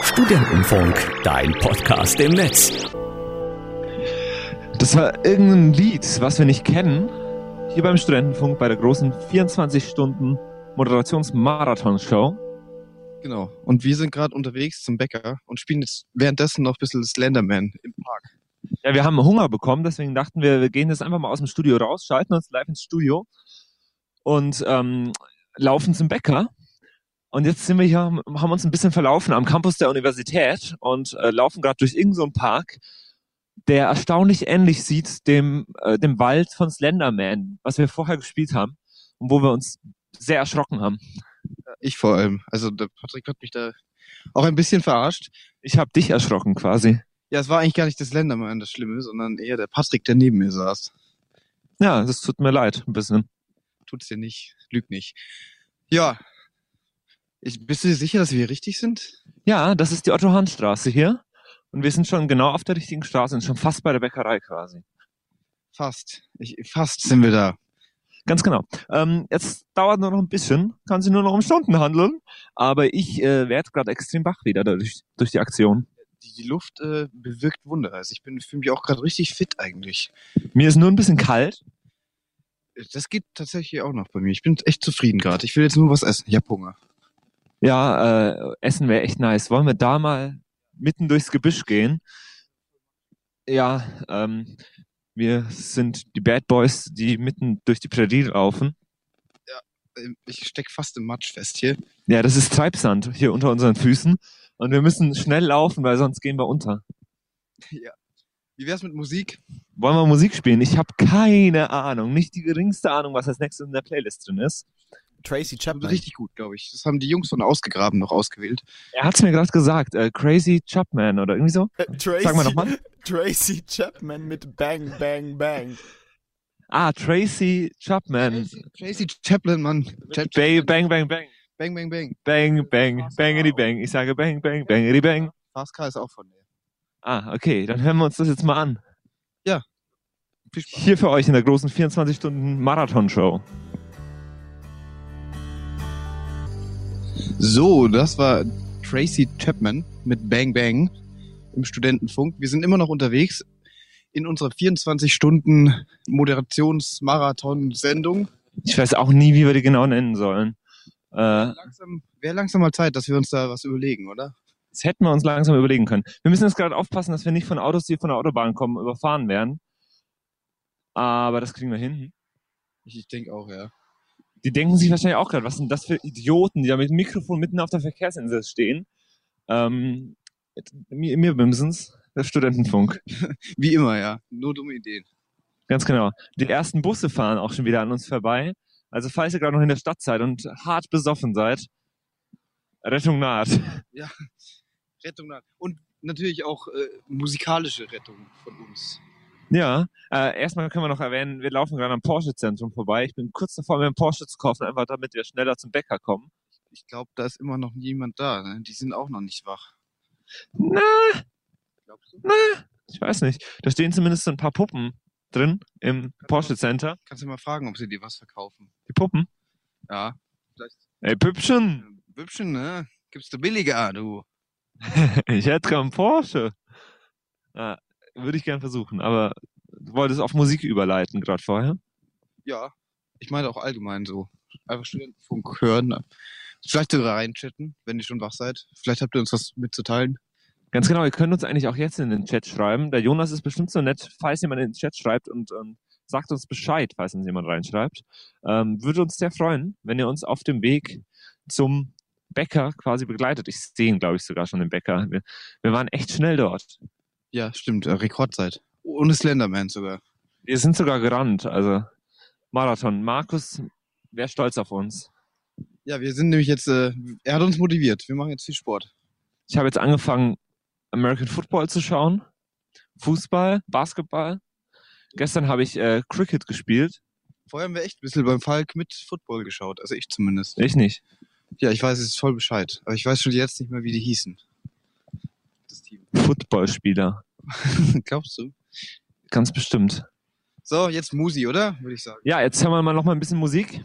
Studentenfunk, dein Podcast im Netz. Das war irgendein Lied, was wir nicht kennen. Hier beim Studentenfunk bei der großen 24 Stunden Moderations-Marathon-Show. Genau. Und wir sind gerade unterwegs zum Bäcker und spielen jetzt währenddessen noch ein bisschen Slenderman im Park. Ja, wir haben Hunger bekommen, deswegen dachten wir, wir gehen jetzt einfach mal aus dem Studio raus, schalten uns live ins Studio und ähm, laufen zum Bäcker. Und jetzt sind wir hier, haben uns ein bisschen verlaufen am Campus der Universität und äh, laufen gerade durch irgendeinen so einen Park, der erstaunlich ähnlich sieht dem, äh, dem Wald von Slenderman, was wir vorher gespielt haben und wo wir uns sehr erschrocken haben. Ich vor allem. Also der Patrick hat mich da auch ein bisschen verarscht. Ich habe dich erschrocken quasi. Ja, es war eigentlich gar nicht das Slenderman das Schlimme, sondern eher der Patrick, der neben mir saß. Ja, das tut mir leid, ein bisschen. Tut's dir nicht, lüg nicht. Ja. Ich, bist du dir sicher, dass wir hier richtig sind? Ja, das ist die Otto-Hahn-Straße hier. Und wir sind schon genau auf der richtigen Straße und schon fast bei der Bäckerei quasi. Fast. Ich, fast sind wir da. Ganz genau. Ähm, jetzt dauert nur noch ein bisschen, kann sich nur noch um Stunden handeln, aber ich äh, werde gerade extrem wach wieder dadurch, durch die Aktion. Die, die Luft äh, bewirkt Wunder. Also ich bin fühle mich auch gerade richtig fit eigentlich. Mir ist nur ein bisschen kalt. Das geht tatsächlich auch noch bei mir. Ich bin echt zufrieden gerade. Ich will jetzt nur was essen. Ich hab Hunger. Ja, äh, Essen wäre echt nice. Wollen wir da mal mitten durchs Gebüsch gehen? Ja, ähm, wir sind die Bad Boys, die mitten durch die Prärie laufen. Ich steck fast im Matsch fest hier. Ja, das ist Treibsand hier unter unseren Füßen. Und wir müssen schnell laufen, weil sonst gehen wir unter. Ja. Wie wär's mit Musik? Wollen wir Musik spielen? Ich habe keine Ahnung, nicht die geringste Ahnung, was als nächstes in der Playlist drin ist. Tracy Chapman. Richtig gut, glaube ich. Das haben die Jungs von Ausgegraben noch ausgewählt. Er hat's mir gerade gesagt, äh, Crazy Chapman oder irgendwie so. Äh, Tracy, Sag mal nochmal. Tracy Chapman mit Bang, Bang, Bang. Ah, Tracy Chapman. Tracy, Tracy Chaplin, Mann. Chap Ba- Bang, bang, bang. Ähm, bang, bang, bang. Bang, bang, bangity bang. Ich sage bang, bang, bangity bang. Fast K ist auch von mir. Ah, okay, dann hören wir uns das jetzt mal an. Viel Spaß. Hier für euch in der großen 24-Stunden-Marathon-Show. So, das war Tracy Chapman mit Bang Bang im Studentenfunk. Wir sind immer noch unterwegs in unserer 24-Stunden-Moderations-Marathon-Sendung. Ich weiß auch nie, wie wir die genau nennen sollen. Äh, Langsam, Wäre langsam mal Zeit, dass wir uns da was überlegen, oder? das hätten wir uns langsam überlegen können. Wir müssen jetzt gerade aufpassen, dass wir nicht von Autos, die von der Autobahn kommen, überfahren werden. Aber das kriegen wir hin. Ich, ich denke auch, ja. Die denken sich wahrscheinlich auch gerade, was sind das für Idioten, die da mit dem Mikrofon mitten auf der Verkehrsinsel stehen. Ähm, mir mir bimsen's, der Studentenfunk. Wie immer, ja. Nur dumme Ideen. Ganz genau. Die ersten Busse fahren auch schon wieder an uns vorbei. Also falls ihr gerade noch in der Stadt seid und hart besoffen seid, Rettung naht. Rettung nach. Und natürlich auch äh, musikalische Rettung von uns. Ja, äh, erstmal können wir noch erwähnen, wir laufen gerade am Porsche-Zentrum vorbei. Ich bin kurz davor, mir einen Porsche zu kaufen, einfach damit wir schneller zum Bäcker kommen. Ich glaube, da ist immer noch niemand da. Ne? Die sind auch noch nicht wach. Na, Glaubst du? ich weiß nicht. Da stehen zumindest so ein paar Puppen drin im Porsche-Center. Kannst du mal fragen, ob sie dir was verkaufen? Die Puppen. Ja. Vielleicht Ey, Püppchen, Bübchen, ne? Gibst du billiger, du. ich hätte gern einen Porsche. Ja, würde ich gern versuchen, aber du wolltest auf Musik überleiten gerade vorher. Ja. Ich meine auch allgemein so. Einfach Studentenfunk hören. ne? Vielleicht sogar reinchatten, wenn ihr schon wach seid. Vielleicht habt ihr uns was mitzuteilen. Ganz genau, ihr könnt uns eigentlich auch jetzt in den Chat schreiben. Der Jonas ist bestimmt so nett, falls jemand in den Chat schreibt und, und sagt uns Bescheid, falls uns jemand reinschreibt. Ähm, würde uns sehr freuen, wenn ihr uns auf dem Weg zum Bäcker quasi begleitet. Ich sehe ihn, glaube ich, sogar schon im Bäcker. Wir, wir waren echt schnell dort. Ja, stimmt. äh, Rekordzeit. Ohne Slenderman sogar. Wir sind sogar gerannt, also Marathon. Markus wäre stolz auf uns. Ja, wir sind nämlich jetzt, äh, er hat uns motiviert. Wir machen jetzt viel Sport. Ich habe jetzt angefangen, American Football zu schauen, Fußball, Basketball. Gestern habe ich äh, Cricket gespielt. Vorher haben wir echt ein bisschen beim Falk mit Football geschaut. Also ich zumindest. Ich nicht. Ja, ich weiß es voll Bescheid. Aber ich weiß schon jetzt nicht mehr, wie die hießen. Das Team. Footballspieler. Glaubst du? Ganz bestimmt. So, jetzt Musi, oder? Würde ich sagen. Ja, jetzt hören wir mal noch mal ein bisschen Musik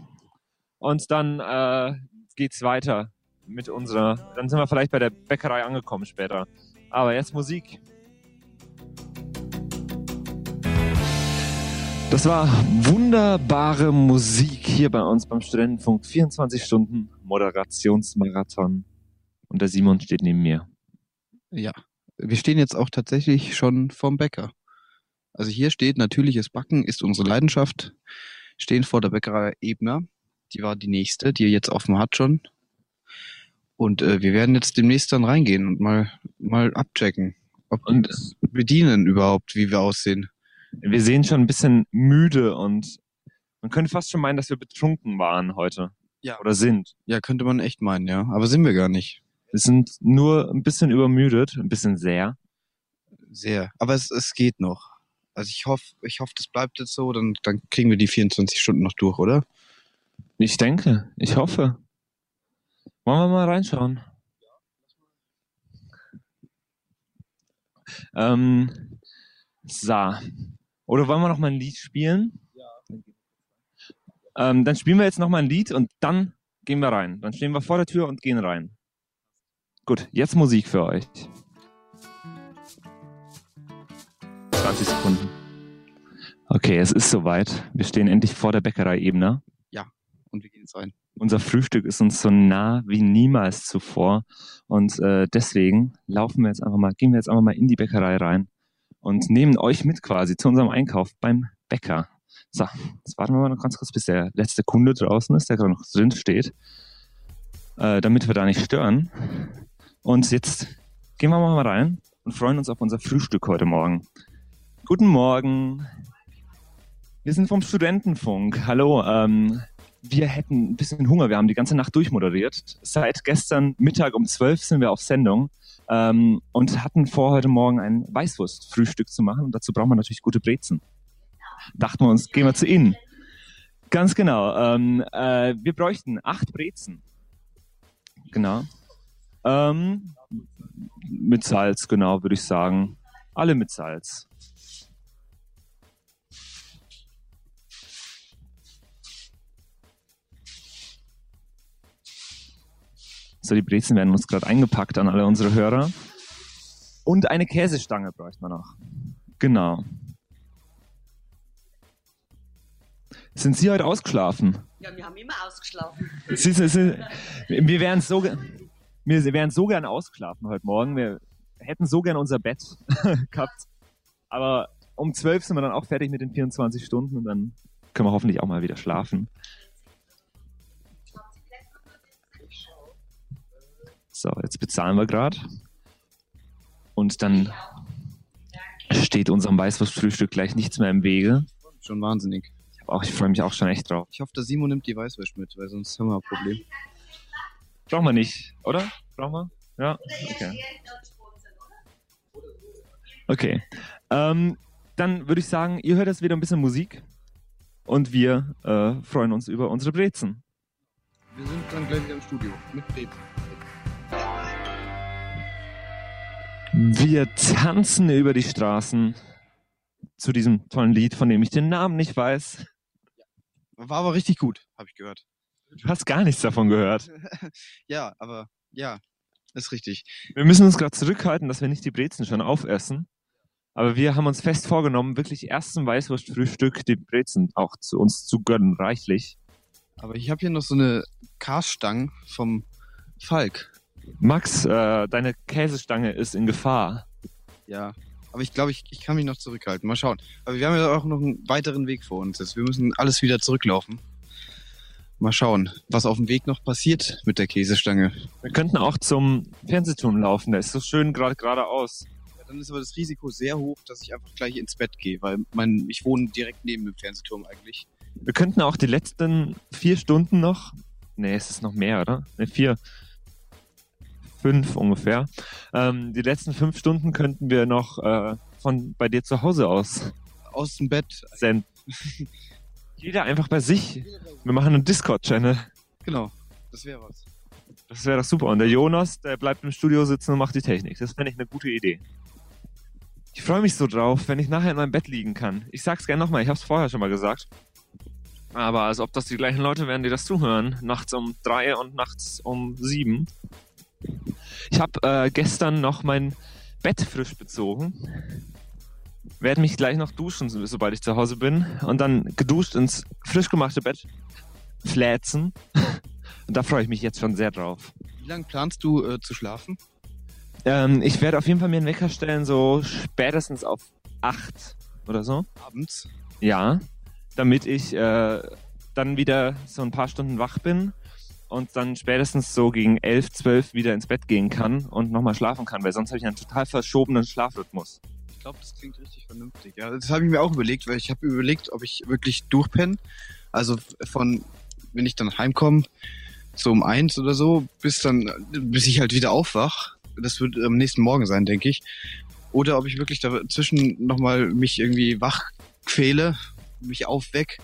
und dann äh, geht's weiter mit unserer. Dann sind wir vielleicht bei der Bäckerei angekommen später. Aber jetzt Musik. Das war wunderbare Musik hier bei uns beim Studentenfunk. 24 Stunden Moderationsmarathon. Und der Simon steht neben mir. Ja. Wir stehen jetzt auch tatsächlich schon vorm Bäcker. Also hier steht, natürliches Backen ist unsere Leidenschaft. Stehen vor der Bäckerei Ebner. Die war die nächste, die er jetzt offen hat schon. Und äh, wir werden jetzt demnächst dann reingehen und mal, mal abchecken, ob Und- und das bedienen überhaupt, wie wir aussehen. Wir sehen schon ein bisschen müde und man könnte fast schon meinen, dass wir betrunken waren heute. Ja. Oder sind. Ja, könnte man echt meinen, ja. Aber sind wir gar nicht. Wir sind nur ein bisschen übermüdet, ein bisschen sehr. Sehr. Aber es, es geht noch. Also ich hoffe, ich hoffe, das bleibt jetzt so, dann, dann kriegen wir die 24 Stunden noch durch, oder? Ich denke, ich hoffe. Wollen wir mal reinschauen? Ähm, so. Oder wollen wir noch mal ein Lied spielen? Ja. Ähm, dann spielen wir jetzt noch mal ein Lied und dann gehen wir rein. Dann stehen wir vor der Tür und gehen rein. Gut, jetzt Musik für euch. 20 Sekunden. Okay, es ist soweit. Wir stehen endlich vor der Bäckerei Ebner. Und wir gehen jetzt rein. Unser Frühstück ist uns so nah wie niemals zuvor. Und äh, deswegen laufen wir jetzt einfach mal, gehen wir jetzt einfach mal in die Bäckerei rein und nehmen euch mit quasi zu unserem Einkauf beim Bäcker. So, jetzt warten wir mal noch ganz kurz, bis der letzte Kunde draußen ist, der gerade noch drin steht, äh, damit wir da nicht stören. Und jetzt gehen wir mal rein und freuen uns auf unser Frühstück heute Morgen. Guten Morgen. Wir sind vom Studentenfunk. Hallo, ähm, wir hätten ein bisschen Hunger. Wir haben die ganze Nacht durchmoderiert. Seit gestern Mittag um 12 sind wir auf Sendung ähm, und hatten vor, heute Morgen ein Weißwurstfrühstück zu machen. Und dazu braucht man natürlich gute Brezen. Dachten wir uns, gehen wir zu Ihnen. Ganz genau. Ähm, äh, wir bräuchten acht Brezen. Genau. Ähm, mit Salz, genau, würde ich sagen. Alle mit Salz. So, die Brezen werden uns gerade eingepackt an alle unsere Hörer. Und eine Käsestange bräuchte man noch. Genau. Sind Sie heute ausgeschlafen? Ja, wir haben immer ausgeschlafen. Sie, sie, sie, wir wären so, ge- wir wären so gern ausgeschlafen heute Morgen. Wir hätten so gern unser Bett gehabt. Aber um 12 sind wir dann auch fertig mit den 24 Stunden und dann können wir hoffentlich auch mal wieder schlafen. So, jetzt bezahlen wir gerade. Und dann steht unserem Weißwurstfrühstück gleich nichts mehr im Wege. Schon wahnsinnig. Ich, hab auch- ich freue mich auch schon echt drauf. Ich hoffe, der Simon nimmt die Weißwurst mit, weil sonst haben wir ein Problem. Brauchen wir nicht, oder? Brauchen wir? Ja, okay. Okay. Ähm, dann würde ich sagen, ihr hört jetzt wieder ein bisschen Musik und wir äh, freuen uns über unsere Brezen. Wir sind dann gleich wieder im Studio mit Brezen. Wir tanzen über die Straßen zu diesem tollen Lied, von dem ich den Namen nicht weiß. War aber richtig gut, habe ich gehört. Du hast gar nichts davon gehört. Ja, aber ja, ist richtig. Wir müssen uns gerade zurückhalten, dass wir nicht die Brezen schon aufessen. Aber wir haben uns fest vorgenommen, wirklich erst zum Weißwurstfrühstück die Brezen auch zu uns zu gönnen, reichlich. Aber ich habe hier noch so eine Karstange vom Falk. Max, äh, deine Käsestange ist in Gefahr. Ja. Aber ich glaube, ich, ich kann mich noch zurückhalten. Mal schauen. Aber wir haben ja auch noch einen weiteren Weg vor uns. Jetzt. Wir müssen alles wieder zurücklaufen. Mal schauen, was auf dem Weg noch passiert mit der Käsestange. Wir könnten auch zum Fernsehturm laufen, der ist so schön gerade geradeaus. Ja, dann ist aber das Risiko sehr hoch, dass ich einfach gleich ins Bett gehe, weil mein, ich wohne direkt neben dem Fernsehturm eigentlich. Wir könnten auch die letzten vier Stunden noch, nee, es ist noch mehr, oder? Ne, vier, fünf ungefähr. Ähm, die letzten fünf Stunden könnten wir noch äh, von bei dir zu Hause aus Aus dem Bett. senden. Jeder einfach bei sich. Wir machen einen Discord-Channel. Genau. Das wäre was. Das wäre doch super. Und der Jonas, der bleibt im Studio sitzen und macht die Technik. Das fände ich eine gute Idee. Ich freue mich so drauf, wenn ich nachher in meinem Bett liegen kann. Ich sag's gerne nochmal, ich hab's vorher schon mal gesagt. Aber als ob das die gleichen Leute wären, die das zuhören. Nachts um drei und nachts um sieben. Ich habe äh, gestern noch mein Bett frisch bezogen. Werde mich gleich noch duschen, so- sobald ich zu Hause bin. Und dann geduscht ins frisch gemachte Bett fläzen. Und da freue ich mich jetzt schon sehr drauf. Wie lange planst du äh, zu schlafen? Ähm, ich werde auf jeden Fall mir einen Wecker stellen, so spätestens auf acht oder so. Abends? Ja, damit ich äh, dann wieder so ein paar Stunden wach bin und dann spätestens so gegen 11, 12 wieder ins Bett gehen kann und nochmal schlafen kann, weil sonst habe ich einen total verschobenen Schlafrhythmus. Ich glaube, das klingt richtig vernünftig. Ja, das habe ich mir auch überlegt, weil ich habe überlegt, ob ich wirklich durchpenne. Also von, wenn ich dann heimkomme, so um eins oder so, bis dann, bis ich halt wieder aufwach. Das wird am nächsten Morgen sein, denke ich. Oder ob ich wirklich dazwischen nochmal mich irgendwie wach quäle, mich aufweck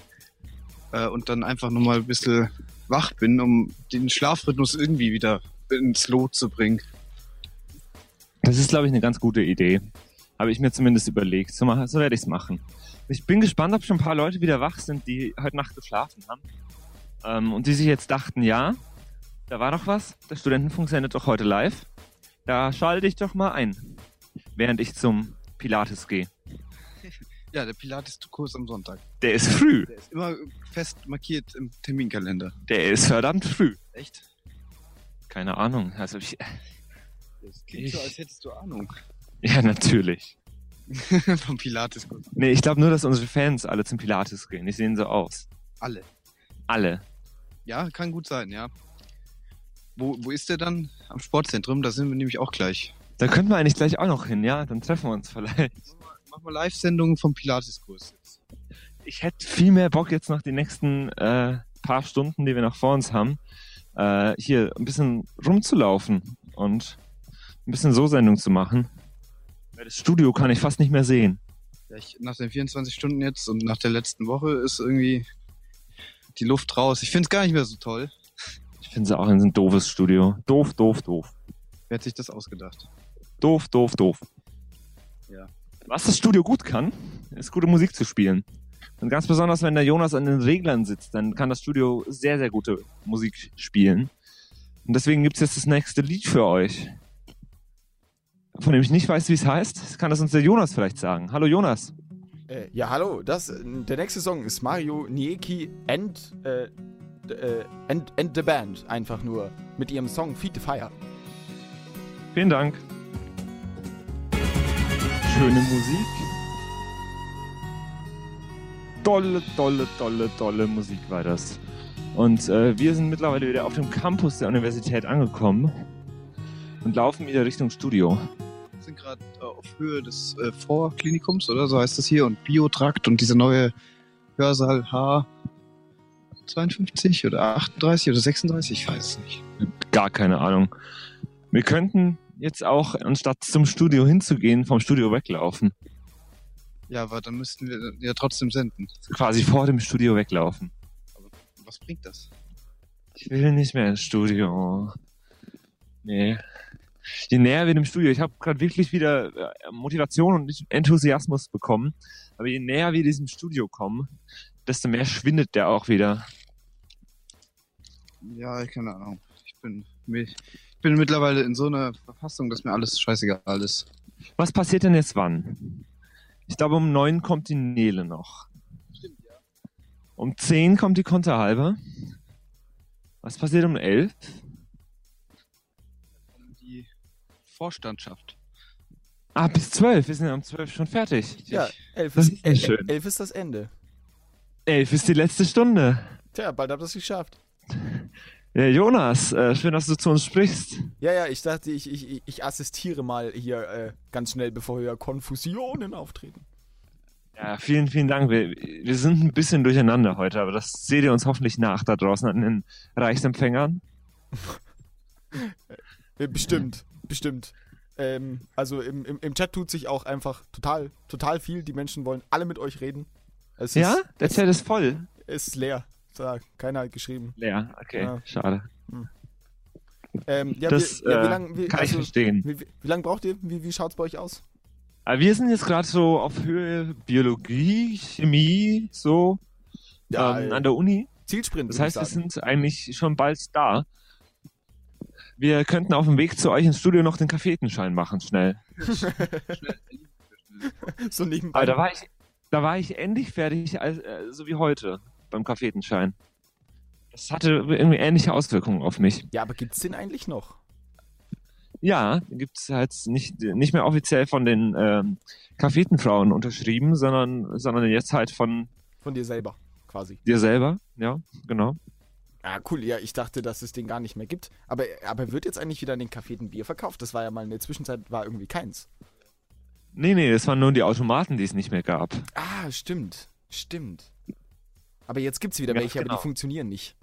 äh, und dann einfach nochmal ein bisschen wach bin, um den Schlafrhythmus irgendwie wieder ins Lot zu bringen. Das ist, glaube ich, eine ganz gute Idee. Habe ich mir zumindest überlegt. So, mach- so werde ich es machen. Ich bin gespannt, ob schon ein paar Leute wieder wach sind, die heute Nacht geschlafen haben. Ähm, und die sich jetzt dachten, ja, da war doch was. Der Studentenfunk sendet doch heute live. Da schalte ich doch mal ein, während ich zum Pilates gehe. Ja, der Pilates-Kurs am Sonntag. Der ist früh. Der ist immer fest markiert im Terminkalender. Der ist verdammt früh. Echt? Keine Ahnung. Also ich, Das klingt so, als hättest du Ahnung. ja, natürlich. Vom Pilates-Kurs. Nee, ich glaube nur, dass unsere Fans alle zum Pilates gehen. Die sehen so aus. Alle. Alle. Ja, kann gut sein, ja. Wo, wo ist der dann? Am Sportzentrum, da sind wir nämlich auch gleich. Da könnten wir eigentlich gleich auch noch hin, ja? Dann treffen wir uns vielleicht. Mach mal Live-Sendungen vom Pilates-Kurs jetzt. ich hätte viel mehr Bock jetzt noch die nächsten äh, paar Stunden, die wir noch vor uns haben, äh, hier ein bisschen rumzulaufen und ein bisschen so Sendung zu machen. Weil Das Studio kann ich fast nicht mehr sehen. Ja, ich, nach den 24 Stunden jetzt und nach der letzten Woche ist irgendwie die Luft raus. Ich find's gar nicht mehr so toll. Ich finde es auch ein doofes Studio. Doof, doof, doof. Wer hat sich das ausgedacht? Doof, doof, doof. Ja. Was das Studio gut kann, ist gute Musik zu spielen. Und ganz besonders, wenn der Jonas an den Reglern sitzt, dann kann das Studio sehr, sehr gute Musik spielen. Und deswegen gibt's jetzt das nächste Lied für euch. Von dem ich nicht weiß, wie es heißt, kann das uns der Jonas vielleicht sagen. Hallo Jonas. Äh, ja, hallo. Das, äh, der nächste Song ist Mario Nieki and, äh, d- äh, and, and the Band. Einfach nur. Mit ihrem Song Feed the Fire. Vielen Dank. Schöne Musik. Tolle, tolle, tolle, tolle Musik war das. Und äh, wir sind mittlerweile wieder auf dem Campus der Universität angekommen und laufen wieder Richtung Studio. Wir sind gerade äh, auf Höhe des äh, Vorklinikums, oder so heißt das hier, und Biotrakt und dieser neue Hörsaal H52 oder 38 oder 36, ich weiß es nicht. Gar keine Ahnung. Wir könnten jetzt auch, anstatt zum Studio hinzugehen, vom Studio weglaufen. Ja, aber dann müssten wir ja trotzdem senden. Quasi vor dem Studio weglaufen. Was bringt das? Ich will nicht mehr ins Studio. Nee. Je näher wir dem Studio, ich habe gerade wirklich wieder äh, Motivation und Enthusiasmus bekommen, aber je näher wir diesem Studio kommen, desto mehr schwindet der auch wieder. Ja, keine Ahnung. Ich bin, ich bin mittlerweile in so einer Verfassung, dass mir alles scheißegal ist. Was passiert denn jetzt wann? Ich glaube, um neun kommt die Nele noch. Um zehn kommt die Konterhalbe. Was passiert um elf? Die Vorstandschaft. Ah, bis zwölf. Wir sind ja um zwölf schon fertig. Ja, elf Das ist, ist echt schön. elf ist das Ende. Elf ist die letzte Stunde. Tja, bald habt ihr es geschafft. Ja, Jonas, äh, schön, dass du zu uns sprichst. Ja, ja, ich dachte, ich, ich, ich assistiere mal hier äh, ganz schnell, bevor hier Konfusionen auftreten. Ja, vielen, vielen Dank. Wir, wir sind ein bisschen durcheinander heute, aber das seht ihr uns hoffentlich nach da draußen an den Reichsempfängern. Äh, Bestimmt, bestimmt. Ähm, also im, im, im Chat tut sich auch einfach total, total viel. Die Menschen wollen alle mit euch reden. Es Ja? ist, Der Chat ist voll. ist leer. Da, keiner hat geschrieben. Leer, okay, Ja. schade. Ähm, ja, Das, wie, ja, wie äh, lange wie, Kann ich also, verstehen. wie, wie wie lang braucht ihr? Wie, wie schaut's bei euch aus? Aber wir sind jetzt gerade so auf Höhe Biologie, Chemie, so. Ja, ähm, äh, an der Uni. Zielsprint. Das würd heißt, ich wir sagen. sind eigentlich schon bald da. Wir könnten auf dem Weg zu euch ins Studio noch den Kaffeetenschein machen, schnell. so nebenbei. Aber da war ich, da war ich endlich fertig, als, äh, so wie heute beim Kaffeetenschein. Das hatte irgendwie ähnliche Auswirkungen auf mich. ja, aber gibt's den eigentlich noch? Ja, gibt es halt nicht, nicht mehr offiziell von den ähm, Kaffeetenfrauen unterschrieben, sondern, sondern jetzt halt von Von dir selber, quasi. dir selber. Ja, genau. Ah, cool. Ja, ich dachte, dass es den gar nicht mehr gibt. Aber, aber wird jetzt eigentlich wieder in den Cafés ein Bier verkauft? Das war ja mal in der Zwischenzeit, war irgendwie keins. Nee, nee, das waren nur die Automaten, die es nicht mehr gab. Ah, stimmt. Stimmt. Aber jetzt gibt's wieder Ganz welche, aber genau. die funktionieren nicht.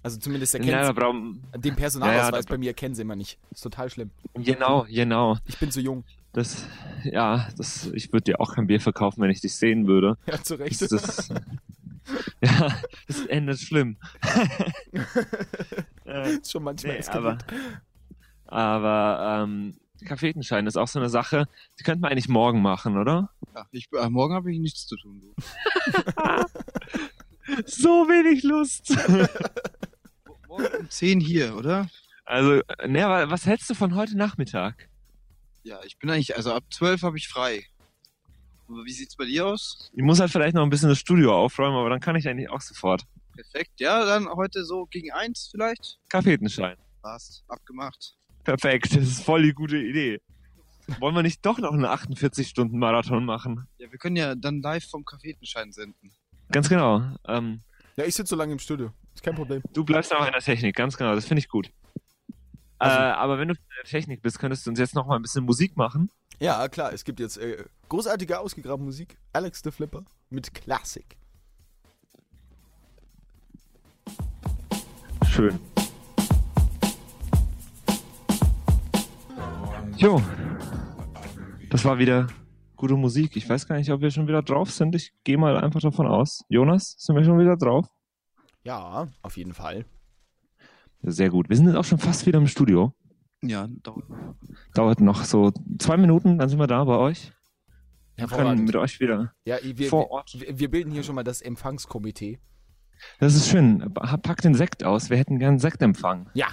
Also zumindest erkennt Ja, da brauchen, Den Personalausweis Ja, ja, da- bei mir kennen sie immer nicht. Ist total schlimm. genau, genau. Ich bin zu jung. Das, ja, das, ich würde dir auch kein Bier verkaufen, wenn ich dich sehen würde. Ja, zu Recht. Das, das, ja, das endet schlimm. äh, Ist schon manchmal Nee, eskaliert. aber aber ähm, Kaffeetenschein ist auch so eine Sache, die könnten wir eigentlich morgen machen, oder? Ja, ich, äh, morgen habe ich nichts zu tun, du. So wenig Lust. Morgen um 10 hier, oder? Also, ne, aber was hältst du von heute Nachmittag? Ja, ich bin eigentlich, also ab 12 habe ich frei. Aber wie sieht's bei dir aus? Ich muss halt vielleicht noch ein bisschen das Studio aufräumen, aber dann kann ich eigentlich auch sofort. Perfekt. Ja, dann heute so gegen 1 vielleicht. Kaffeetenschein. Passt. Abgemacht. Perfekt, das ist voll die gute Idee. Wollen wir nicht doch noch einen 48-Stunden-Marathon machen? Ja, wir können ja dann live vom Kaffeetenschein senden. Ganz genau. Ähm, Ja, ich sitze so lange im Studio. Ist kein Problem. du bleibst auch in der Technik, ganz genau, das finde ich gut. Also- äh, aber wenn du in der Technik bist, könntest du uns jetzt noch mal ein bisschen Musik machen. Ja, klar, es gibt jetzt äh, großartige ausgegrabene Musik. Alex the Flipper mit Klassik. Schön. Jo, das war wieder gute Musik. Ich weiß gar nicht, ob wir schon wieder drauf sind. Ich gehe mal einfach davon aus. Jonas, sind wir schon wieder drauf? Ja, auf jeden Fall. Sehr gut. Wir sind jetzt auch schon fast wieder im Studio. Ja, dauert. Dauert noch so zwei Minuten, dann sind wir da bei euch. Wir können Hervorragend. mit euch wieder Ja, wir, vor Ort. wir, wir bilden hier schon mal das Empfangskomitee. Das ist schön. Pack den Sekt aus. Wir hätten gern Sektempfang. Ja,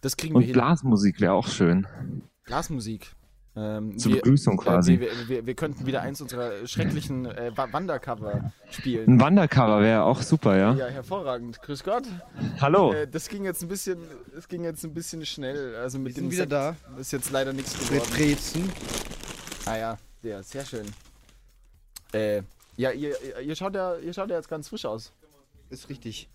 das kriegen wir Und hin. Blasmusik wäre auch schön. Blasmusik. Ähm, Zur wir- Begrüßung äh, quasi. nee, wir, wir, wir könnten wieder eins unserer schrecklichen äh, Wa- Wandercover spielen. Ein Wandercover wäre auch super, ja? Ja, hervorragend. Grüß Gott. Hallo. Äh, das ging jetzt ein bisschen, es ging jetzt ein bisschen schnell. Also mit sind dem wieder Sekt da. ist jetzt leider nichts Wir geworden. Brezen. Ah ja, ja, sehr schön. Äh, ja, ihr, ihr, schaut ja, ihr schaut ja jetzt ganz frisch aus. Ist richtig.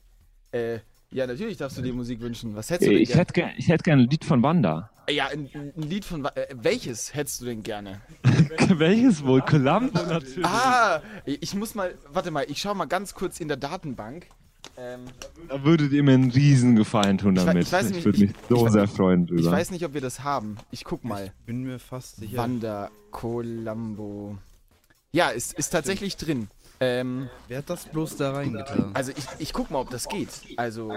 Äh, ja, natürlich darfst du dir Musik wünschen. Was hättest du denn Äh, ich gerne? hätte gern, ich hätt gern ein Lied von Wanda. Ja, ein, ein Lied von... wa- Äh, welches hättest du denn gerne? Welches wohl? Columbo natürlich. Ah, ich muss mal... Warte mal, ich schau mal ganz kurz in der Datenbank. Ähm, Da würdet ihr mir einen riesen Gefallen tun Ich wei- damit. ich weiß nicht, würde ich- mich so ich- sehr freuen drüber. ich weiß nicht, ob wir das haben. Ich guck mal. Bin mir fast sicher. Wanda Columbo. Ja, ist, ist tatsächlich drin. Ähm, Wer hat das bloß da reingetan? also ich, ich guck mal, ob das geht. Also...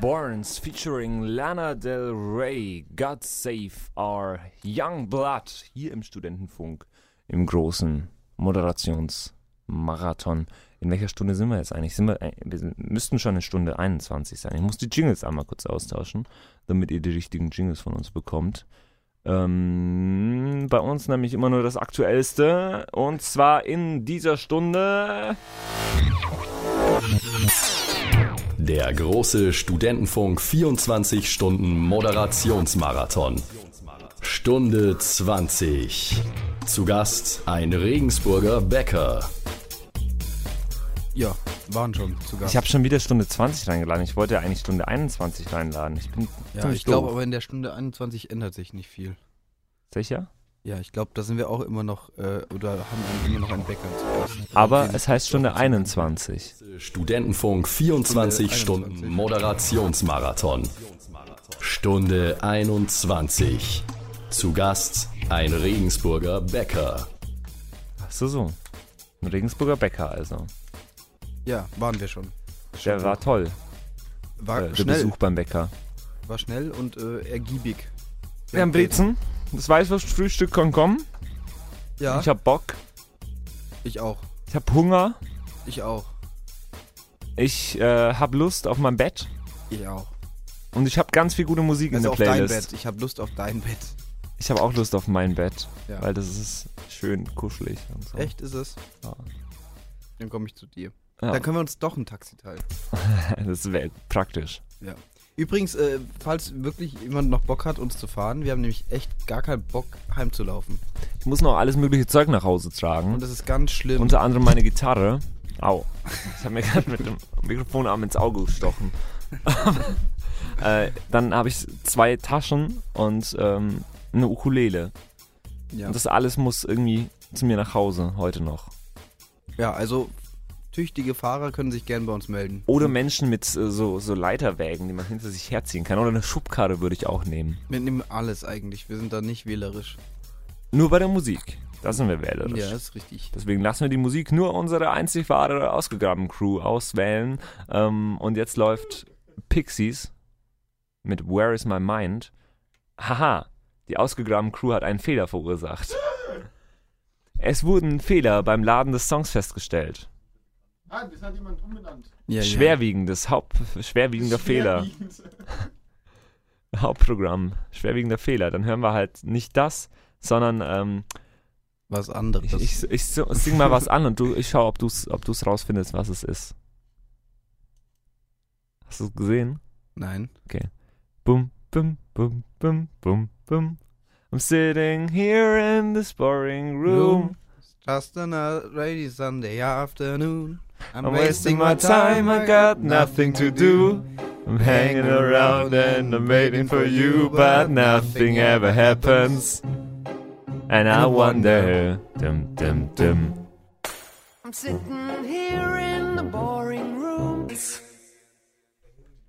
Borns featuring Lana Del Rey, God Save Our Young Blood, hier im Studentenfunk, im großen Moderationsmarathon. In welcher Stunde sind wir jetzt eigentlich? Sind wir, äh, wir sind, müssten schon eine Stunde 21 sein. Ich muss die Jingles einmal kurz austauschen, damit ihr die richtigen Jingles von uns bekommt. Ähm, bei uns nämlich immer nur das Aktuellste. Und zwar in dieser Stunde Der große Studentenfunk 24 Stunden Moderationsmarathon. Stunde 20. Zu Gast ein Regensburger Bäcker. Ja, waren schon sogar. Ich habe schon wieder Stunde 20 reingeladen. Ich wollte ja eigentlich Stunde 21 reinladen. Ich bin ja, ziemlich ich glaube doof. aber in der Stunde 21 ändert sich nicht viel. sicher. Ja, ich glaube, da sind wir auch immer noch, äh, oder haben einen- immer noch einen Bäcker zu Gast. Aber es heißt Stunde 21. Studentenfunk 24 Stunde 21. Stunden Moderationsmarathon. Stunde 21. Zu Gast ein Regensburger Bäcker. Ach so, so. Ein Regensburger Bäcker also. Ja, waren wir schon. Der war toll, War äh, der schnell. Besuch beim Bäcker. war schnell und äh, ergiebig. Wir haben Brezen. Das Weißwurstfrühstück kann kommen. Ja, Ich hab Bock. ich auch. Ich hab Hunger. Ich auch. Ich äh, hab Lust auf mein Bett. Ich auch. Und ich hab ganz viel gute Musik Also in auf der dein Playlist. Bett. Ich habe Lust auf dein Bett. Ich habe auch Lust auf mein Bett. Ja. Weil das ist schön kuschelig und so. Echt ist es. Dann komme ich zu dir. Ja. Dann können wir uns doch ein Taxi teilen. Das wäre praktisch. Übrigens, äh, falls wirklich jemand noch Bock hat, uns zu fahren, wir haben nämlich echt gar keinen Bock, heimzulaufen. Ich muss noch alles mögliche Zeug nach Hause tragen. Und das ist ganz schlimm. Unter anderem meine Gitarre. Au. Ich habe mir gerade mit dem Mikrofonarm ins Auge gestochen. äh, dann habe ich zwei Taschen und ähm, eine Ukulele. Ja. Und das alles muss irgendwie zu mir nach Hause heute noch. ja, also tüchtige Fahrer können sich gern bei uns melden. Oder Menschen mit äh, so, so Leiterwägen, die man hinter sich herziehen kann. Oder eine Schubkarre würde ich auch nehmen. Wir nehmen alles eigentlich. Wir sind da nicht wählerisch. Nur bei der Musik. Da sind wir wählerisch. Ja, ist richtig. Deswegen lassen wir die Musik nur unsere einzig wahre ausgegrabenen Crew auswählen. Ähm, und jetzt läuft Pixies mit Where is my mind? Haha, die ausgegrabenen Crew hat einen Fehler verursacht. Es wurden Fehler beim Laden des Songs festgestellt. Ah, das hat jemand umbenannt. Ja, Schwerwiegendes Haupt, schwerwiegender Fehler. Hauptprogramm, schwerwiegender Fehler. Dann hören wir halt nicht das, sondern ähm, Ja. Was anderes. ich, ich, ich so- sing mal was an und du, ich schau, ob du es ob du's rausfindest, was es ist. Hast du es gesehen? Nein. Bum, bum, bum, bum, bum, bum. I'm sitting here in this boring room. Just another rainy Sunday afternoon. I'm wasting my time, I got nothing to do. I'm hanging around and I'm waiting for you, but nothing ever happens. And I wonder. Dum, dum, dum. I'm sitting here in the boring room.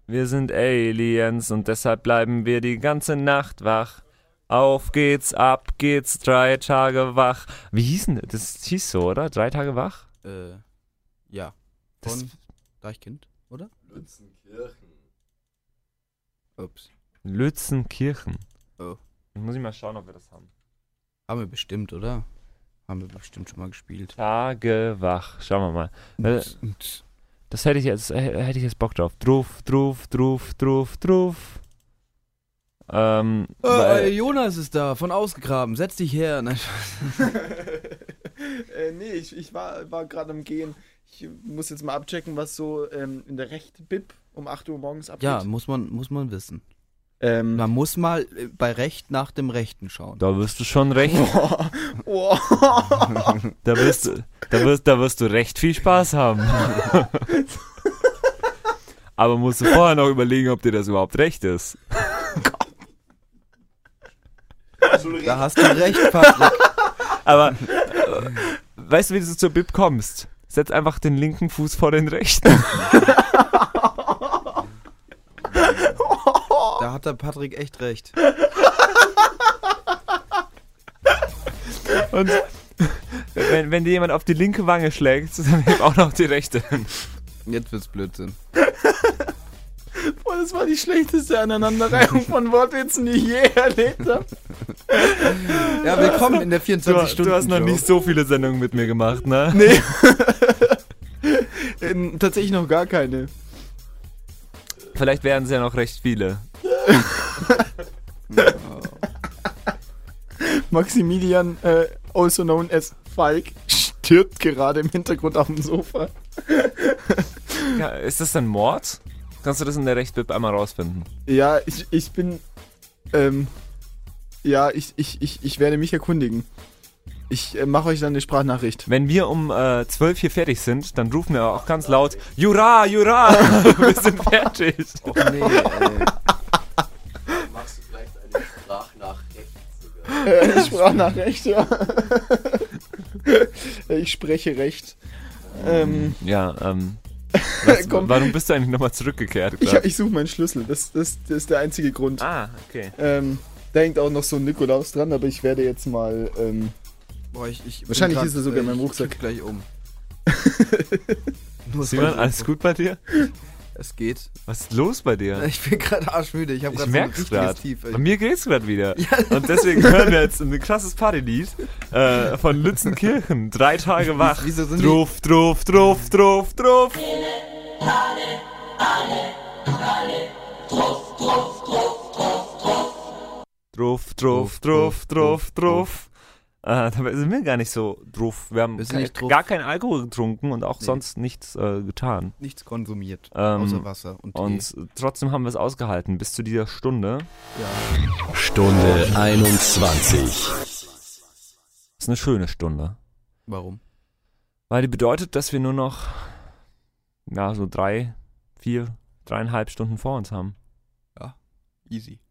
Wir sind Aliens und deshalb bleiben wir die ganze Nacht wach. Auf geht's, ab geht's, drei Tage wach. Wie hieß denn das? Das hieß so, oder? Drei Tage wach? Äh, ja. Das- Von Deichkind, oder? Ups. Lützenkirchen. Oh. Ich muss ich mal schauen, ob wir das haben. Haben wir bestimmt, oder? Haben wir bestimmt schon mal gespielt. Tage wach. Schauen wir mal. Äh, Und Das hätte ich jetzt, äh, hätte ich jetzt Bock drauf. Druf, druf, druf, druf, druf. Ähm, äh, weil, Jonas ist da, von ausgegraben. Setz dich her. Nein, äh, nee, ich, ich war, war gerade am Gehen. Ich muss jetzt mal abchecken, was so ähm, in der rechten Bib um 8 Uhr morgens abgeht. ja, muss man, muss man wissen. Ähm, Man muss mal äh, bei Recht nach dem Rechten schauen. da wirst du schon recht. oh, Da wirst, du- da, wirst, da wirst du recht viel Spaß haben. Aber musst du vorher noch überlegen, ob dir das überhaupt recht ist. Da hast du recht, Patrick. Aber äh, weißt du, wie du zur Bib kommst? Setz einfach den linken Fuß vor den rechten. Da hat der Patrick echt recht. Und wenn, wenn dir jemand auf die linke Wange schlägt, dann heb auch noch die rechte. Jetzt wird's Blödsinn. boah, das war die schlechteste Aneinanderreihung von Wortwitzen, die ich je erlebt habe. Ja, willkommen in der Du, 24 Stunden. du hast noch nicht so viele Sendungen mit mir gemacht, ne? Nee. Ähm, Tatsächlich noch gar keine. Vielleicht werden es ja noch recht viele. Maximilian, äh, also known as Falk, stirbt gerade im Hintergrund auf dem Sofa. Ja, ist das denn Mord? Kannst du das in der Rechtbib einmal rausfinden? Ja, ich, ich bin. Ähm, ja, ich, ich, ich, ich werde mich erkundigen. Ich äh, mache euch dann eine Sprachnachricht. Wenn wir um äh, 12 hier fertig sind, dann rufen wir auch ganz laut: Jura, Jura, wir sind fertig. nee, ey. Machst du vielleicht eine Sprachnachricht sogar? Äh, Sprachnachricht, ja. ich spreche recht. Ähm, Ja, ähm. Was, Komm. Warum bist du eigentlich nochmal zurückgekehrt? ich Glaub? ich suche meinen Schlüssel. Das, das, das ist der einzige Grund. ah, okay. Ähm, da hängt auch noch so ein Nikolaus dran, aber ich werde jetzt mal. Ähm, Boah, ich, ich bin Wahrscheinlich grad, äh, ist er sogar in meinem ich Rucksack. kipp gleich um. Nur Simon, so- alles gut bei dir? Es geht. Was ist los bei dir? Ich bin gerade arschmüde. Ich habe Ich gerade so ein merk's richtiges grad. Tief. Bei mir geht's gerade wieder. Und deswegen hören wir jetzt ein krasses Partylied äh, von Lützenkirchen. Drei Tage wach. Wieso sind die- Druf, druf, druf, druf, druf. Druf, druf, druf, druf, druf. Äh, dabei sind wir gar nicht so drauf. Wir haben Wir sind ke- nicht drauf. gar keinen Alkohol getrunken und auch sonst nichts äh, getan. Nichts konsumiert. Ähm, außer Wasser und, Tee. Und trotzdem haben wir es ausgehalten bis zu dieser Stunde. Stunde 21. ist eine schöne Stunde. Warum? Weil die bedeutet, dass wir nur noch, ja, so drei, vier, dreieinhalb Stunden vor uns haben. Easy.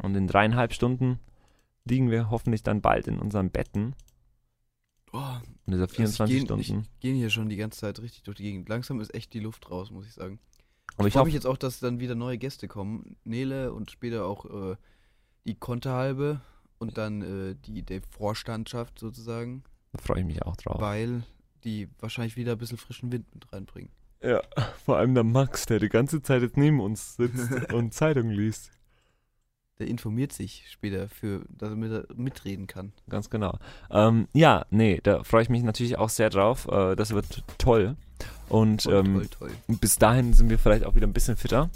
Und in dreieinhalb Stunden liegen wir hoffentlich dann bald in unseren Betten. Oh, In dieser 24 Stunden. Ich gehe hier schon die ganze Zeit richtig durch die Gegend. Langsam ist echt die Luft raus, muss ich sagen. Aber ich freue mich hoffe, jetzt auch, dass dann wieder neue Gäste kommen. Nele und später auch äh, die Konterhalbe und dann äh, die der Vorstandschaft sozusagen, da freue ich mich auch drauf. weil die wahrscheinlich wieder ein bisschen frischen Wind mit reinbringen. Ja, vor allem der Max, der die ganze Zeit jetzt neben uns sitzt und Zeitung liest. Der informiert sich später für, damit er mitreden kann. Ganz genau. Ähm, ja, nee, da freue ich mich natürlich auch sehr drauf. Äh, das wird toll. Und Oh, Toll, ähm, toll, toll. bis dahin sind wir vielleicht auch wieder ein bisschen fitter.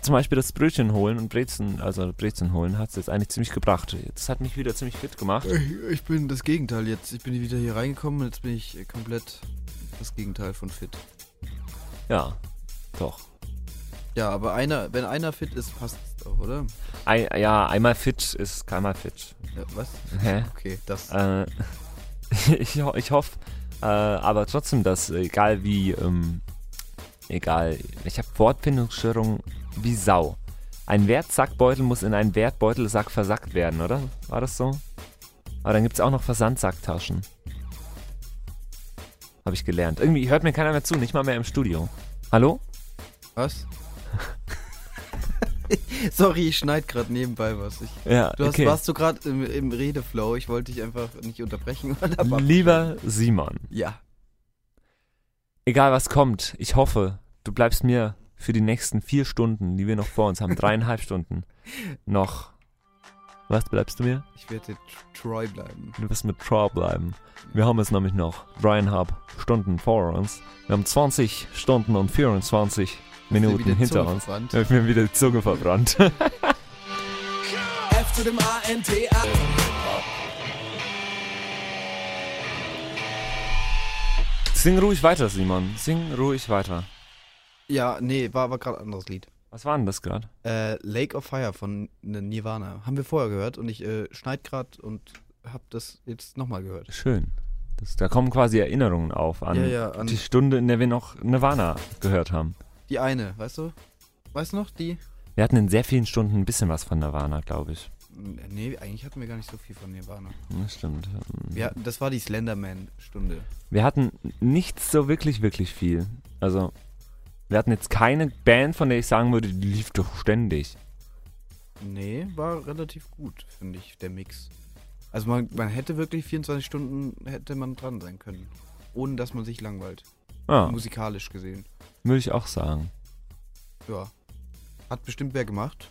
Zum Beispiel das Brötchen holen und Brezen, also Brezen holen, hat es jetzt eigentlich ziemlich gebracht. Das hat mich wieder ziemlich fit gemacht. Ich bin das Gegenteil jetzt. Ich bin wieder hier reingekommen und jetzt bin ich komplett das Gegenteil von fit. Ja, doch. Ja, aber einer, wenn einer fit ist, passt es doch, oder? Ei- ja, einmal fit ist keinmal fit. Ja, was? Hä? Okay, das. Äh, ich, ho- ich hoffe, äh, aber trotzdem, dass äh, egal wie, ähm, egal, ich habe Wortfindungsstörungen wie Sau. Ein Wertsackbeutel muss in einen Wertbeutelsack versackt werden, oder? War das so? Aber dann gibt es auch noch Versandsacktaschen. Habe ich gelernt. Irgendwie hört mir keiner mehr zu, nicht mal mehr im Studio. Hallo? Was? Sorry, ich schneid gerade nebenbei was. Ich, Ja, du hast, warst du gerade im, im Redeflow. Ich wollte dich einfach nicht unterbrechen. und hab ab- Lieber Simon, ja, egal was kommt, ich hoffe, du bleibst mir für die nächsten vier Stunden, die wir noch vor uns haben, dreieinhalb Stunden, noch. Was bleibst du mir? ich werde tr- Troy bleiben. Du wirst mit Troll bleiben. Wir haben es nämlich noch dreieinhalb Stunden vor uns. Wir haben 20 Stunden und 24 Ist dir Minuten wieder hinter Zunge uns. verbrannt? Da hab Ich mir wieder die Zunge verbrannt. F zu dem A-N-T-A. Sing ruhig weiter, Simon. Sing ruhig weiter. Ja, nee, war, war gerade ein anderes Lied. Was war denn das gerade? Äh, Lake of Fire von N- Nirvana. Haben wir vorher gehört und ich äh, schneid gerade und hab das jetzt nochmal gehört. Schön. Das, da kommen quasi Erinnerungen auf an, ja, ja, an die Stunde, in der wir noch Nirvana gehört haben. die eine, weißt du? Weißt du noch, die? Wir hatten in sehr vielen Stunden ein bisschen was von Nirvana, glaube ich. Nee, eigentlich hatten wir gar nicht so viel von Nirvana. Das stimmt. Ja, das war die Slenderman-Stunde. Wir hatten nichts so wirklich, wirklich viel. Also, wir hatten jetzt keine Band, von der ich sagen würde, die lief doch ständig. Nee, war relativ gut, finde ich, der Mix. Also man, man hätte wirklich 24 Stunden hätte man dran sein können. Ohne dass man sich langweilt. Ja, Musikalisch gesehen. würde ich auch sagen. Ja. Hat bestimmt wer gemacht.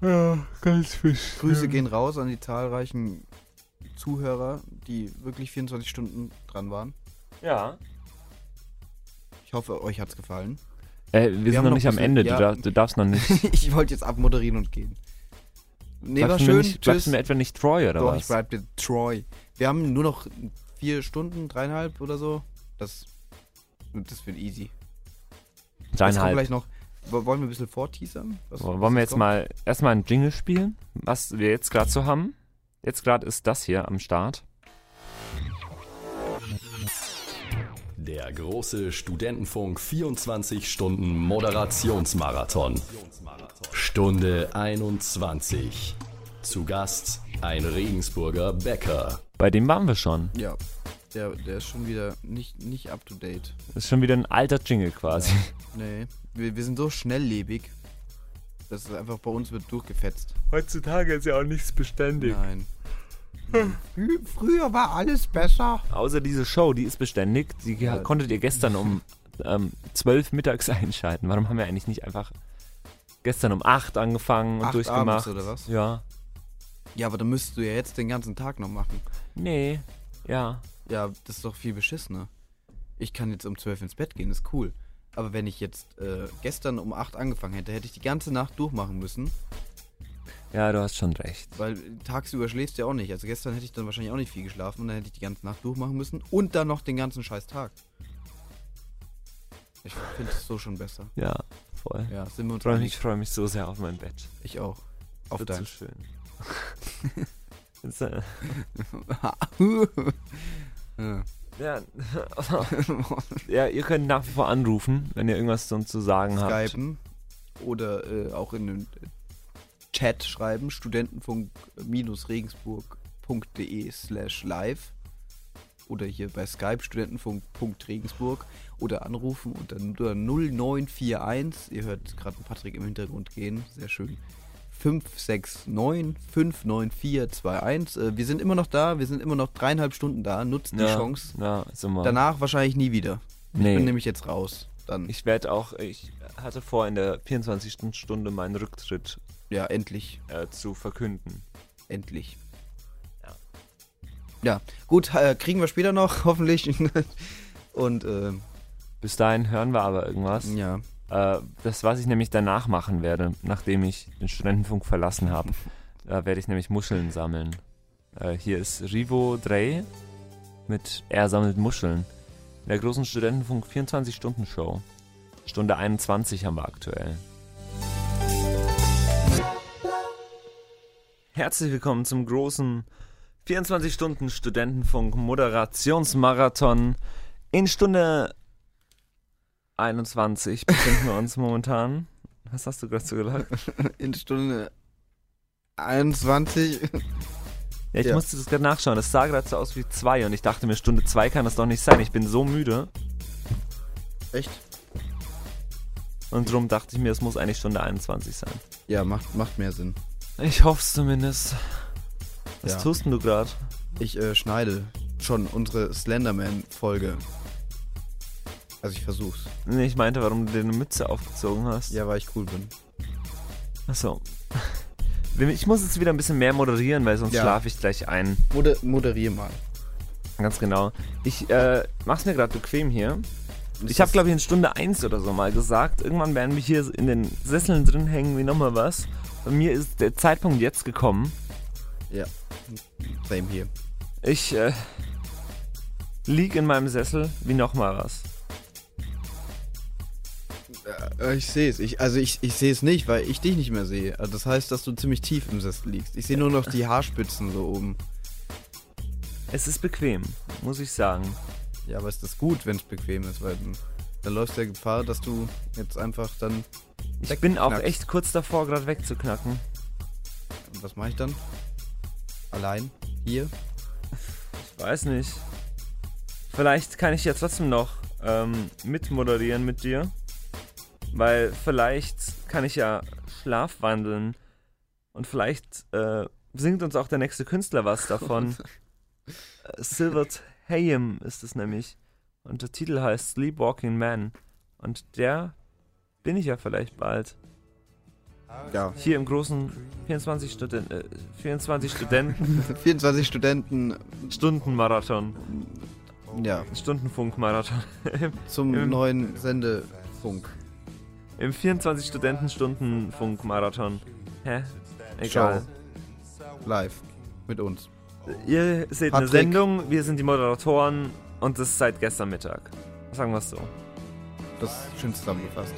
Ja, ganz fisch. Grüße gehen raus an die zahlreichen Zuhörer, die wirklich 24 Stunden dran waren. Ja. Ich hoffe, euch hat's gefallen. Äh, wir, sind haben noch noch nicht am bisschen- Ende, ja. du, darfst, du darfst noch nicht. ich wollte jetzt abmoderieren und gehen. Nee, Bleibst war du mir schön. nicht, bleibst du mir etwa nicht treu, oder Doch, ich was? bleib dir Troy. Wir haben nur noch vier Stunden, dreieinhalb oder so. Das, das wird easy. Das kommt Deinhalb. gleich noch. W- Wollen wir ein bisschen vorteasern? Was- was Wollen wir jetzt kommt? mal erstmal einen Jingle spielen, was wir jetzt gerade so haben? Jetzt gerade ist das hier am Start. Der große Studentenfunk 24 Stunden Moderationsmarathon. Stunde 21. Zu Gast ein Regensburger Bäcker. Bei dem waren wir schon. Ja. Der, der ist schon wieder nicht, nicht up to date. Das ist schon wieder ein alter Jingle quasi. Nee. Wir, wir sind so schnelllebig. Das ist einfach bei uns wird durchgefetzt. Heutzutage ist ja auch nichts beständig. Nein. früher war alles besser. Außer diese Show, die ist beständig. Die konntet ihr gestern um ähm, 12 mittags einschalten. Warum haben wir eigentlich nicht einfach gestern um 8 angefangen und Acht abends durchgemacht? oder was? Ja. Ja, aber dann müsstest du ja jetzt den ganzen Tag noch machen. Nee. Ja. Ja, das ist doch viel beschissener. Ich kann jetzt um 12 ins Bett gehen, ist cool. Aber wenn ich jetzt äh, gestern um 8 angefangen hätte, hätte ich die ganze Nacht durchmachen müssen, Ja, du hast schon recht. weil tagsüber schläfst du ja auch nicht. Also gestern hätte ich dann wahrscheinlich auch nicht viel geschlafen und dann hätte ich die ganze Nacht durchmachen müssen und dann noch den ganzen scheiß Tag. Ich finde es so schon besser. Ja, voll. Ja, sind wir uns Freue einig. mich, freue mich so sehr auf mein Bett. Ich auch. Auf Wird so dein. schön. Jetzt, äh, Ja. ja. ja, ihr könnt nach wie vor anrufen, wenn ihr irgendwas sonst zu sagen habt. Skypen oder äh, auch in den Chat schreiben, studentenfunk-regensburg.de slash live oder hier bei Skype studentenfunk.regensburg oder anrufen unter 0941, ihr hört gerade Patrick im Hintergrund gehen, sehr schön, 569 59421. Äh, wir sind immer noch da, wir sind immer noch dreieinhalb Stunden da, nutzt die Ja, Chance. Ja, sind wir. Danach wahrscheinlich nie wieder. Ich nee. bin nämlich jetzt raus. Dann, Ich werde auch, ich hatte vor, in der 24. Stunde meinen Rücktritt ja, endlich. äh, zu verkünden. Endlich. Ja. Ja, gut, äh, kriegen wir später noch, hoffentlich. Und äh, Bis dahin hören wir aber irgendwas. ja, Äh, das, was ich nämlich danach machen werde, nachdem ich den Studentenfunk verlassen habe, da werde ich nämlich Muscheln sammeln. Äh, hier ist Rivo Drey mit Er sammelt Muscheln. In der großen Studentenfunk 24-Stunden-Show. Stunde 21 haben wir aktuell. Herzlich willkommen zum großen 24-Stunden-Studentenfunk-Moderationsmarathon. In Stunde 21 befinden wir uns momentan. Was hast du gerade so gelacht? in Stunde 21. Ja, ich Ja. musste das gerade nachschauen. Das sah gerade so aus wie 2 und ich dachte mir, Stunde 2 kann das doch nicht sein. Ich bin so müde. Echt? Und drum dachte ich mir, es muss eigentlich Stunde 21 sein. Ja, macht, macht mehr Sinn. Ich hoffe es zumindest. Was Ja. tust denn du gerade? Ich äh, schneide schon unsere Slenderman-Folge. Also ich versuch's. Nee, ich meinte, warum du dir eine Mütze aufgezogen hast. Ja, weil ich cool bin. Achso. Ich muss jetzt wieder ein bisschen mehr moderieren, weil sonst Ja. schlafe ich gleich ein. Moder moderier mal. Ganz genau. Ich äh, mach's mir gerade bequem hier. Ich habe, glaube ich, in Stunde 1 oder so mal gesagt, irgendwann werden wir hier in den Sesseln drin hängen wie nochmal was. Bei mir ist der Zeitpunkt jetzt gekommen. Ja. Same hier. Ich äh, lieg in meinem Sessel wie nochmal was. Äh, Ich sehe es. Ich, also ich, ich sehe es nicht, weil ich dich nicht mehr sehe. Also das heißt, dass du ziemlich tief im Sessel liegst. Ich sehe nur noch die Haarspitzen so oben. Es ist bequem, muss ich sagen. Ja, aber ist das gut, wenn es bequem ist, weil dann- dann läufst du ja Gefahr, dass du jetzt einfach dann. Ich bin auch wegknackst. echt kurz davor, gerade wegzuknacken. Und was mache ich dann? Allein? Hier? Ich weiß nicht. Vielleicht kann ich ja trotzdem noch ähm, mitmoderieren mit dir. Weil vielleicht kann ich ja Schlaf wandeln. Und vielleicht äh, singt uns auch der nächste Künstler was davon. Äh, Silvert Hayem ist es nämlich. Und der Titel heißt Sleepwalking Man. Und der bin ich ja vielleicht bald. Ja. Hier im großen 24 Studenten, äh, 24 Studenten 24 Studenten, Stundenmarathon, ja, Stundenfunkmarathon. zum Im- neuen Sendefunk. Im 24-Stunden-Stunden-Funk-Marathon. Hä? Egal. Live. Mit uns. Ihr seht eine Patrick. Sendung, wir sind die Moderatoren und das seit gestern Mittag. Sagen wir es so. Das ist schön zusammengefasst.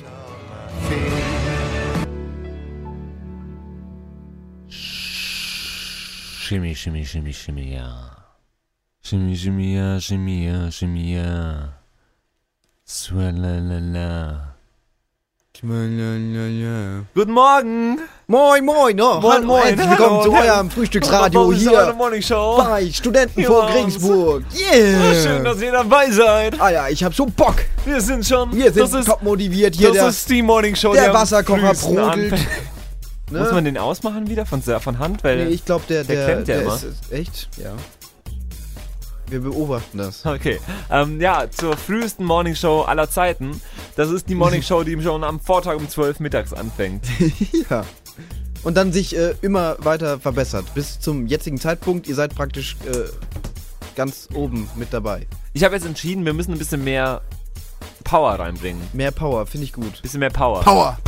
Shimmy, shimmy, shimmy, shimmy, ja. Shimmy, shimmy, ja, shimmy, ja, shimmy, ja. Swalalala. Guten Morgen! Moin, moin, oh, Moin, hallo, moin, herzlich hallo, willkommen zu hallo. eurem Frühstücksradio Willkommen zu eurer hier Morning Show. bei Studentenfunk Ja. Regensburg. Oh, schön, Yeah! dass ihr dabei seid. Ah ja, ich hab so Bock. Wir sind schon. Wir das sind ist top motiviert hier. das Der, ist die Morning Show. der am Wasserkocher frühesten brodelt. anfängt. ne? Muss man den ausmachen wieder von, von Hand? Weil nee, ich glaube, der, der der, klemmt ja der immer. ist, ist echt. Ja. Wir beobachten das. Okay. Ähm, ja, zur frühesten Morningshow aller Zeiten. Das ist die Morningshow, die schon am Vortag um 12 mittags anfängt. Ja. Und dann sich äh, immer weiter verbessert. Bis zum jetzigen Zeitpunkt, ihr seid praktisch äh, ganz oben mit dabei. Ich habe jetzt entschieden, wir müssen ein bisschen mehr Power reinbringen. Ein Mehr Power, finde ich gut. bisschen mehr Power. Power,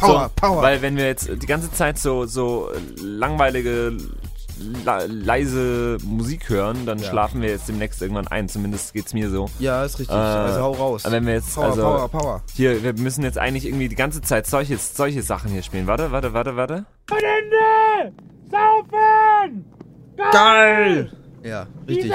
so, Weil wenn wir jetzt die ganze Zeit so, so langweilige, la, leise Musik hören, dann schlafen wir jetzt demnächst irgendwann ein. Zumindest geht's mir so. ja, ist richtig. Äh, also hau raus. Aber wenn wir jetzt, Power, also, Power, Power. hier, wir müssen jetzt eigentlich irgendwie die ganze Zeit solche, solche Sachen hier spielen. Warte, warte, warte, warte. Geil! Ja, richtig.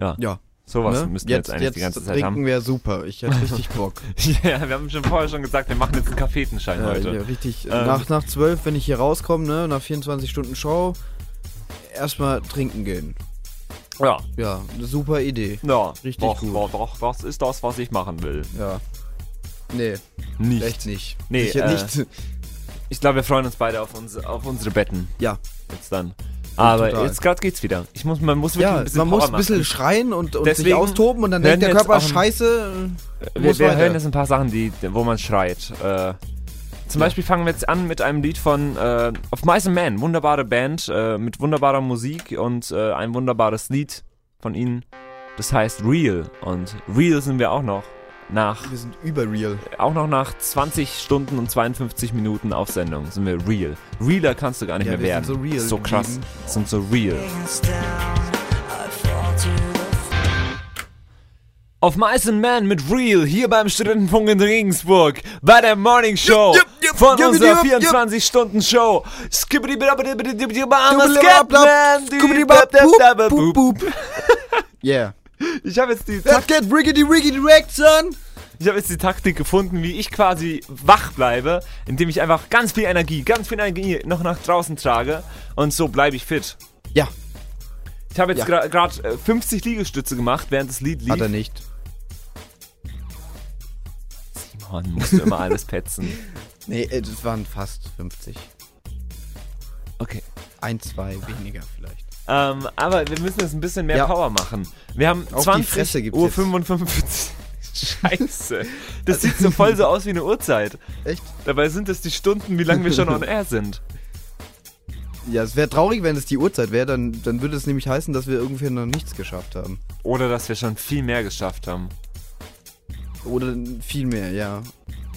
Ja. Ja. Sowas ne? müssten wir jetzt, eigentlich die ganze Zeit trinken haben. wir super. Ich hätte richtig Bock. ja, wir haben schon vorher schon gesagt, wir machen jetzt einen Kaffeetenschein ja, heute. ja, richtig. Ähm. Nach, nach 12, wenn ich hier rauskomme, ne, nach 24 Stunden Show, erstmal trinken gehen. Ja, Ja, eine super Idee. ja. Richtig doch, gut. Doch, doch, das ist das, was ich machen will. Ja. Nee, Nicht. echt nicht. Nee, Sicher äh, nicht. Ich glaube, wir freuen uns beide auf, uns, auf unsere Betten. Ja. Jetzt dann. Aber total. jetzt gerade geht's wieder. Ich muss, man muss wirklich Ja, ein bisschen man muss Power ein bisschen machen. schreien und, und sich Deswegen austoben und dann werden denkt der wir jetzt Körper, auch ein- scheiße, äh, Wir, muss wir weiter. hören jetzt ein paar Sachen, die, wo man schreit. Äh, zum Beispiel fangen wir jetzt an mit einem Lied von äh, Of Mice and Men. Wunderbare Band äh, mit wunderbarer Musik und äh, ein wunderbares Lied von ihnen. Das heißt Real. Und Real sind wir auch noch. Nach, wir sind überreal. auch noch nach 20 Stunden und 52 Minuten auf Sendung sind wir real. Realer kannst du gar nicht Ja, mehr wir werden. sind so real so krass. geblieben. Sind so real. Auf Mice and Man mit Real hier beim Studentenfunk in Regensburg bei der Morning Show Jupp, jupp, jupp, von jupp, unserer jupp, jupp. 24-Stunden-Show. Boop, boop. Yeah. Ich habe jetzt, die Let's Takt- get riggedy riggedy wrecked, son! ich hab jetzt die Taktik gefunden, wie ich quasi wach bleibe, indem ich einfach ganz viel Energie, ganz viel Energie noch nach draußen trage und so bleibe ich fit. Ja, Ich habe jetzt Ja. gerade gra grad, äh, 50 Liegestütze gemacht, während das Lied lief. hat er nicht. Simon, musst du immer alles petzen. Nee, äh, das waren fast 50. Okay. Ein, zwei weniger vielleicht. Ähm, aber wir müssen jetzt ein bisschen mehr Ja. Power machen. Wir haben Auf die 20 Fresse gibt's Uhr jetzt. 55. Scheiße. Das sieht so voll so aus wie eine Uhrzeit. Echt? Dabei sind es die Stunden, wie lange wir schon on air sind. Ja, es wäre traurig, wenn es die Uhrzeit wäre, dann, dann würde es nämlich heißen, dass wir irgendwie noch nichts geschafft haben. Oder dass wir schon viel mehr geschafft haben. Oder viel mehr, ja.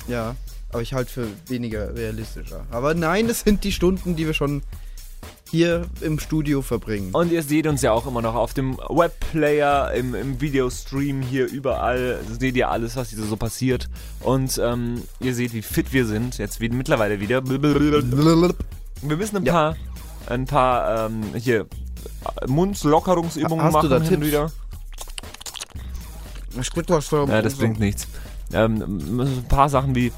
Ja. Aber ich halte für weniger realistischer. Aber nein, das sind die Stunden, die wir schon hier im Studio verbringen. Und ihr seht uns ja auch immer noch auf dem Webplayer, im, im Videostream hier überall. Seht ihr alles, was hier so passiert. Und ähm, ihr seht, wie fit wir sind. Jetzt wie, mittlerweile wieder. Wir müssen ein Ja. paar, ein paar ähm, hier Mundlockerungsübungen Hast machen du da hin und Tipps? wieder. Ja, das bringt nichts. Ähm, ein paar Sachen wie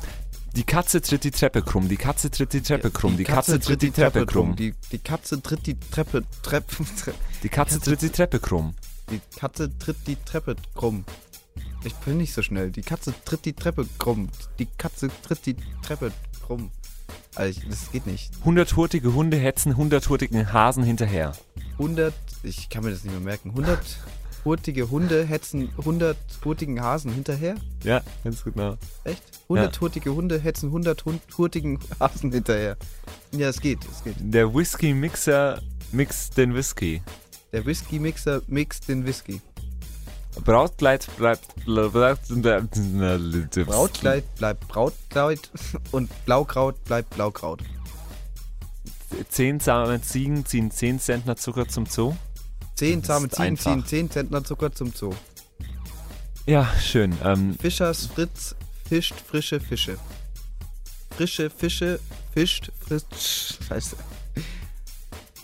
die Katze tritt die Treppe krumm, die Katze tritt die Treppe krumm, die Katze tritt die Treppe krumm, Die, die Katze tritt die Treppe, Treppe, Treppe. die Katze tritt die Treppe krumm. Die Katze tritt die Treppe krumm. Ich bin nicht so schnell. Die Katze tritt die Treppe krumm. Die Katze tritt die Treppe krumm. Also, ich, das geht nicht. Hunderthurtige Hunde hetzen hunderthurtigen Hasen hinterher. 100, ich kann mir das nicht mehr merken, 100 hurtige Hunde hetzen 100 hurtigen Hasen hinterher? Ja, ganz genau. Echt? 100 hurtige Hunde hetzen 100 hun- hurtigen Hasen hinterher. Ja, es geht, es geht. Der Whisky-Mixer mixt den Whisky. Der Whisky-Mixer mixt den Whisky. Brautkleid bleibt... bleibt, bleibt Brautkleid bleibt Brautkleid und Blaukraut bleibt Blaukraut. Zehn zahme Ziegen ziehen 10 Zentner Zucker zum Zoo. Zehn zahme ist Ziegen ziehen einfach. 10 Zentner Zucker zum Zoo. Ja, schön. Ähm, Fischers Fritz fischt frische Fische. Frische Fische fischt Fritz. Scheiße.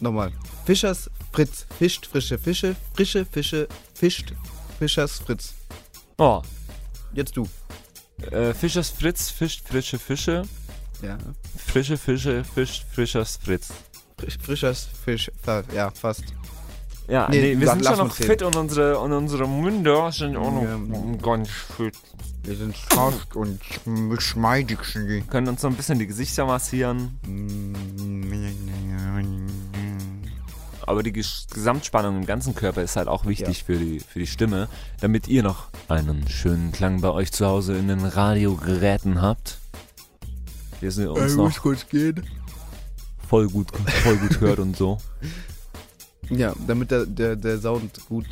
Nochmal. Fischers Fritz fischt frische Fische. Frische Fische fischt Fischers Fritz. oh, Jetzt du. äh, Fischers Fritz fischt frische Fische. Ja. Frische Fische fischt Fischers Fritz. Frisch- Frischers Fisch. Fa- Ja, fast. Ja, Nee, nee, wir lass- sind schon lass noch uns hin. fit und unsere, und unsere Münder sind auch noch ganz fit. Wir sind soft und geschmeidig. Wir können uns noch ein bisschen die Gesichter massieren, aber die Ges Gesamtspannung im ganzen Körper ist halt auch wichtig für, die, für die Stimme, damit ihr noch einen schönen Klang bei euch zu Hause in den Radiogeräten habt. Wir sind Äh, uns noch kurz gehen. voll gut, voll gut hört und so. Ja, damit der, der, der Sound gut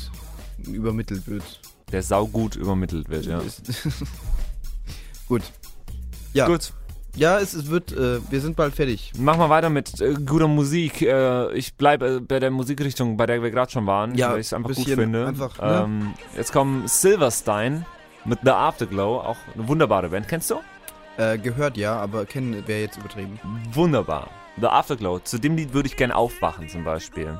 übermittelt wird. Der saugut übermittelt wird, ja. Ist- gut. Ja. Gut, Ja, es, es wird, äh, wir sind bald fertig. Mach mal weiter mit äh, guter Musik. Äh, ich bleibe äh, bei der Musikrichtung, bei der wir gerade schon waren, Ja, weil ich es einfach gut bisschen finde. einfach, ne? ähm, jetzt kommen Silverstein mit The Afterglow, auch eine wunderbare Band. Kennst du? Äh, gehört ja, aber kennen wäre jetzt übertrieben. Wunderbar. The Afterglow. Zu dem Lied würde ich gern aufwachen zum Beispiel.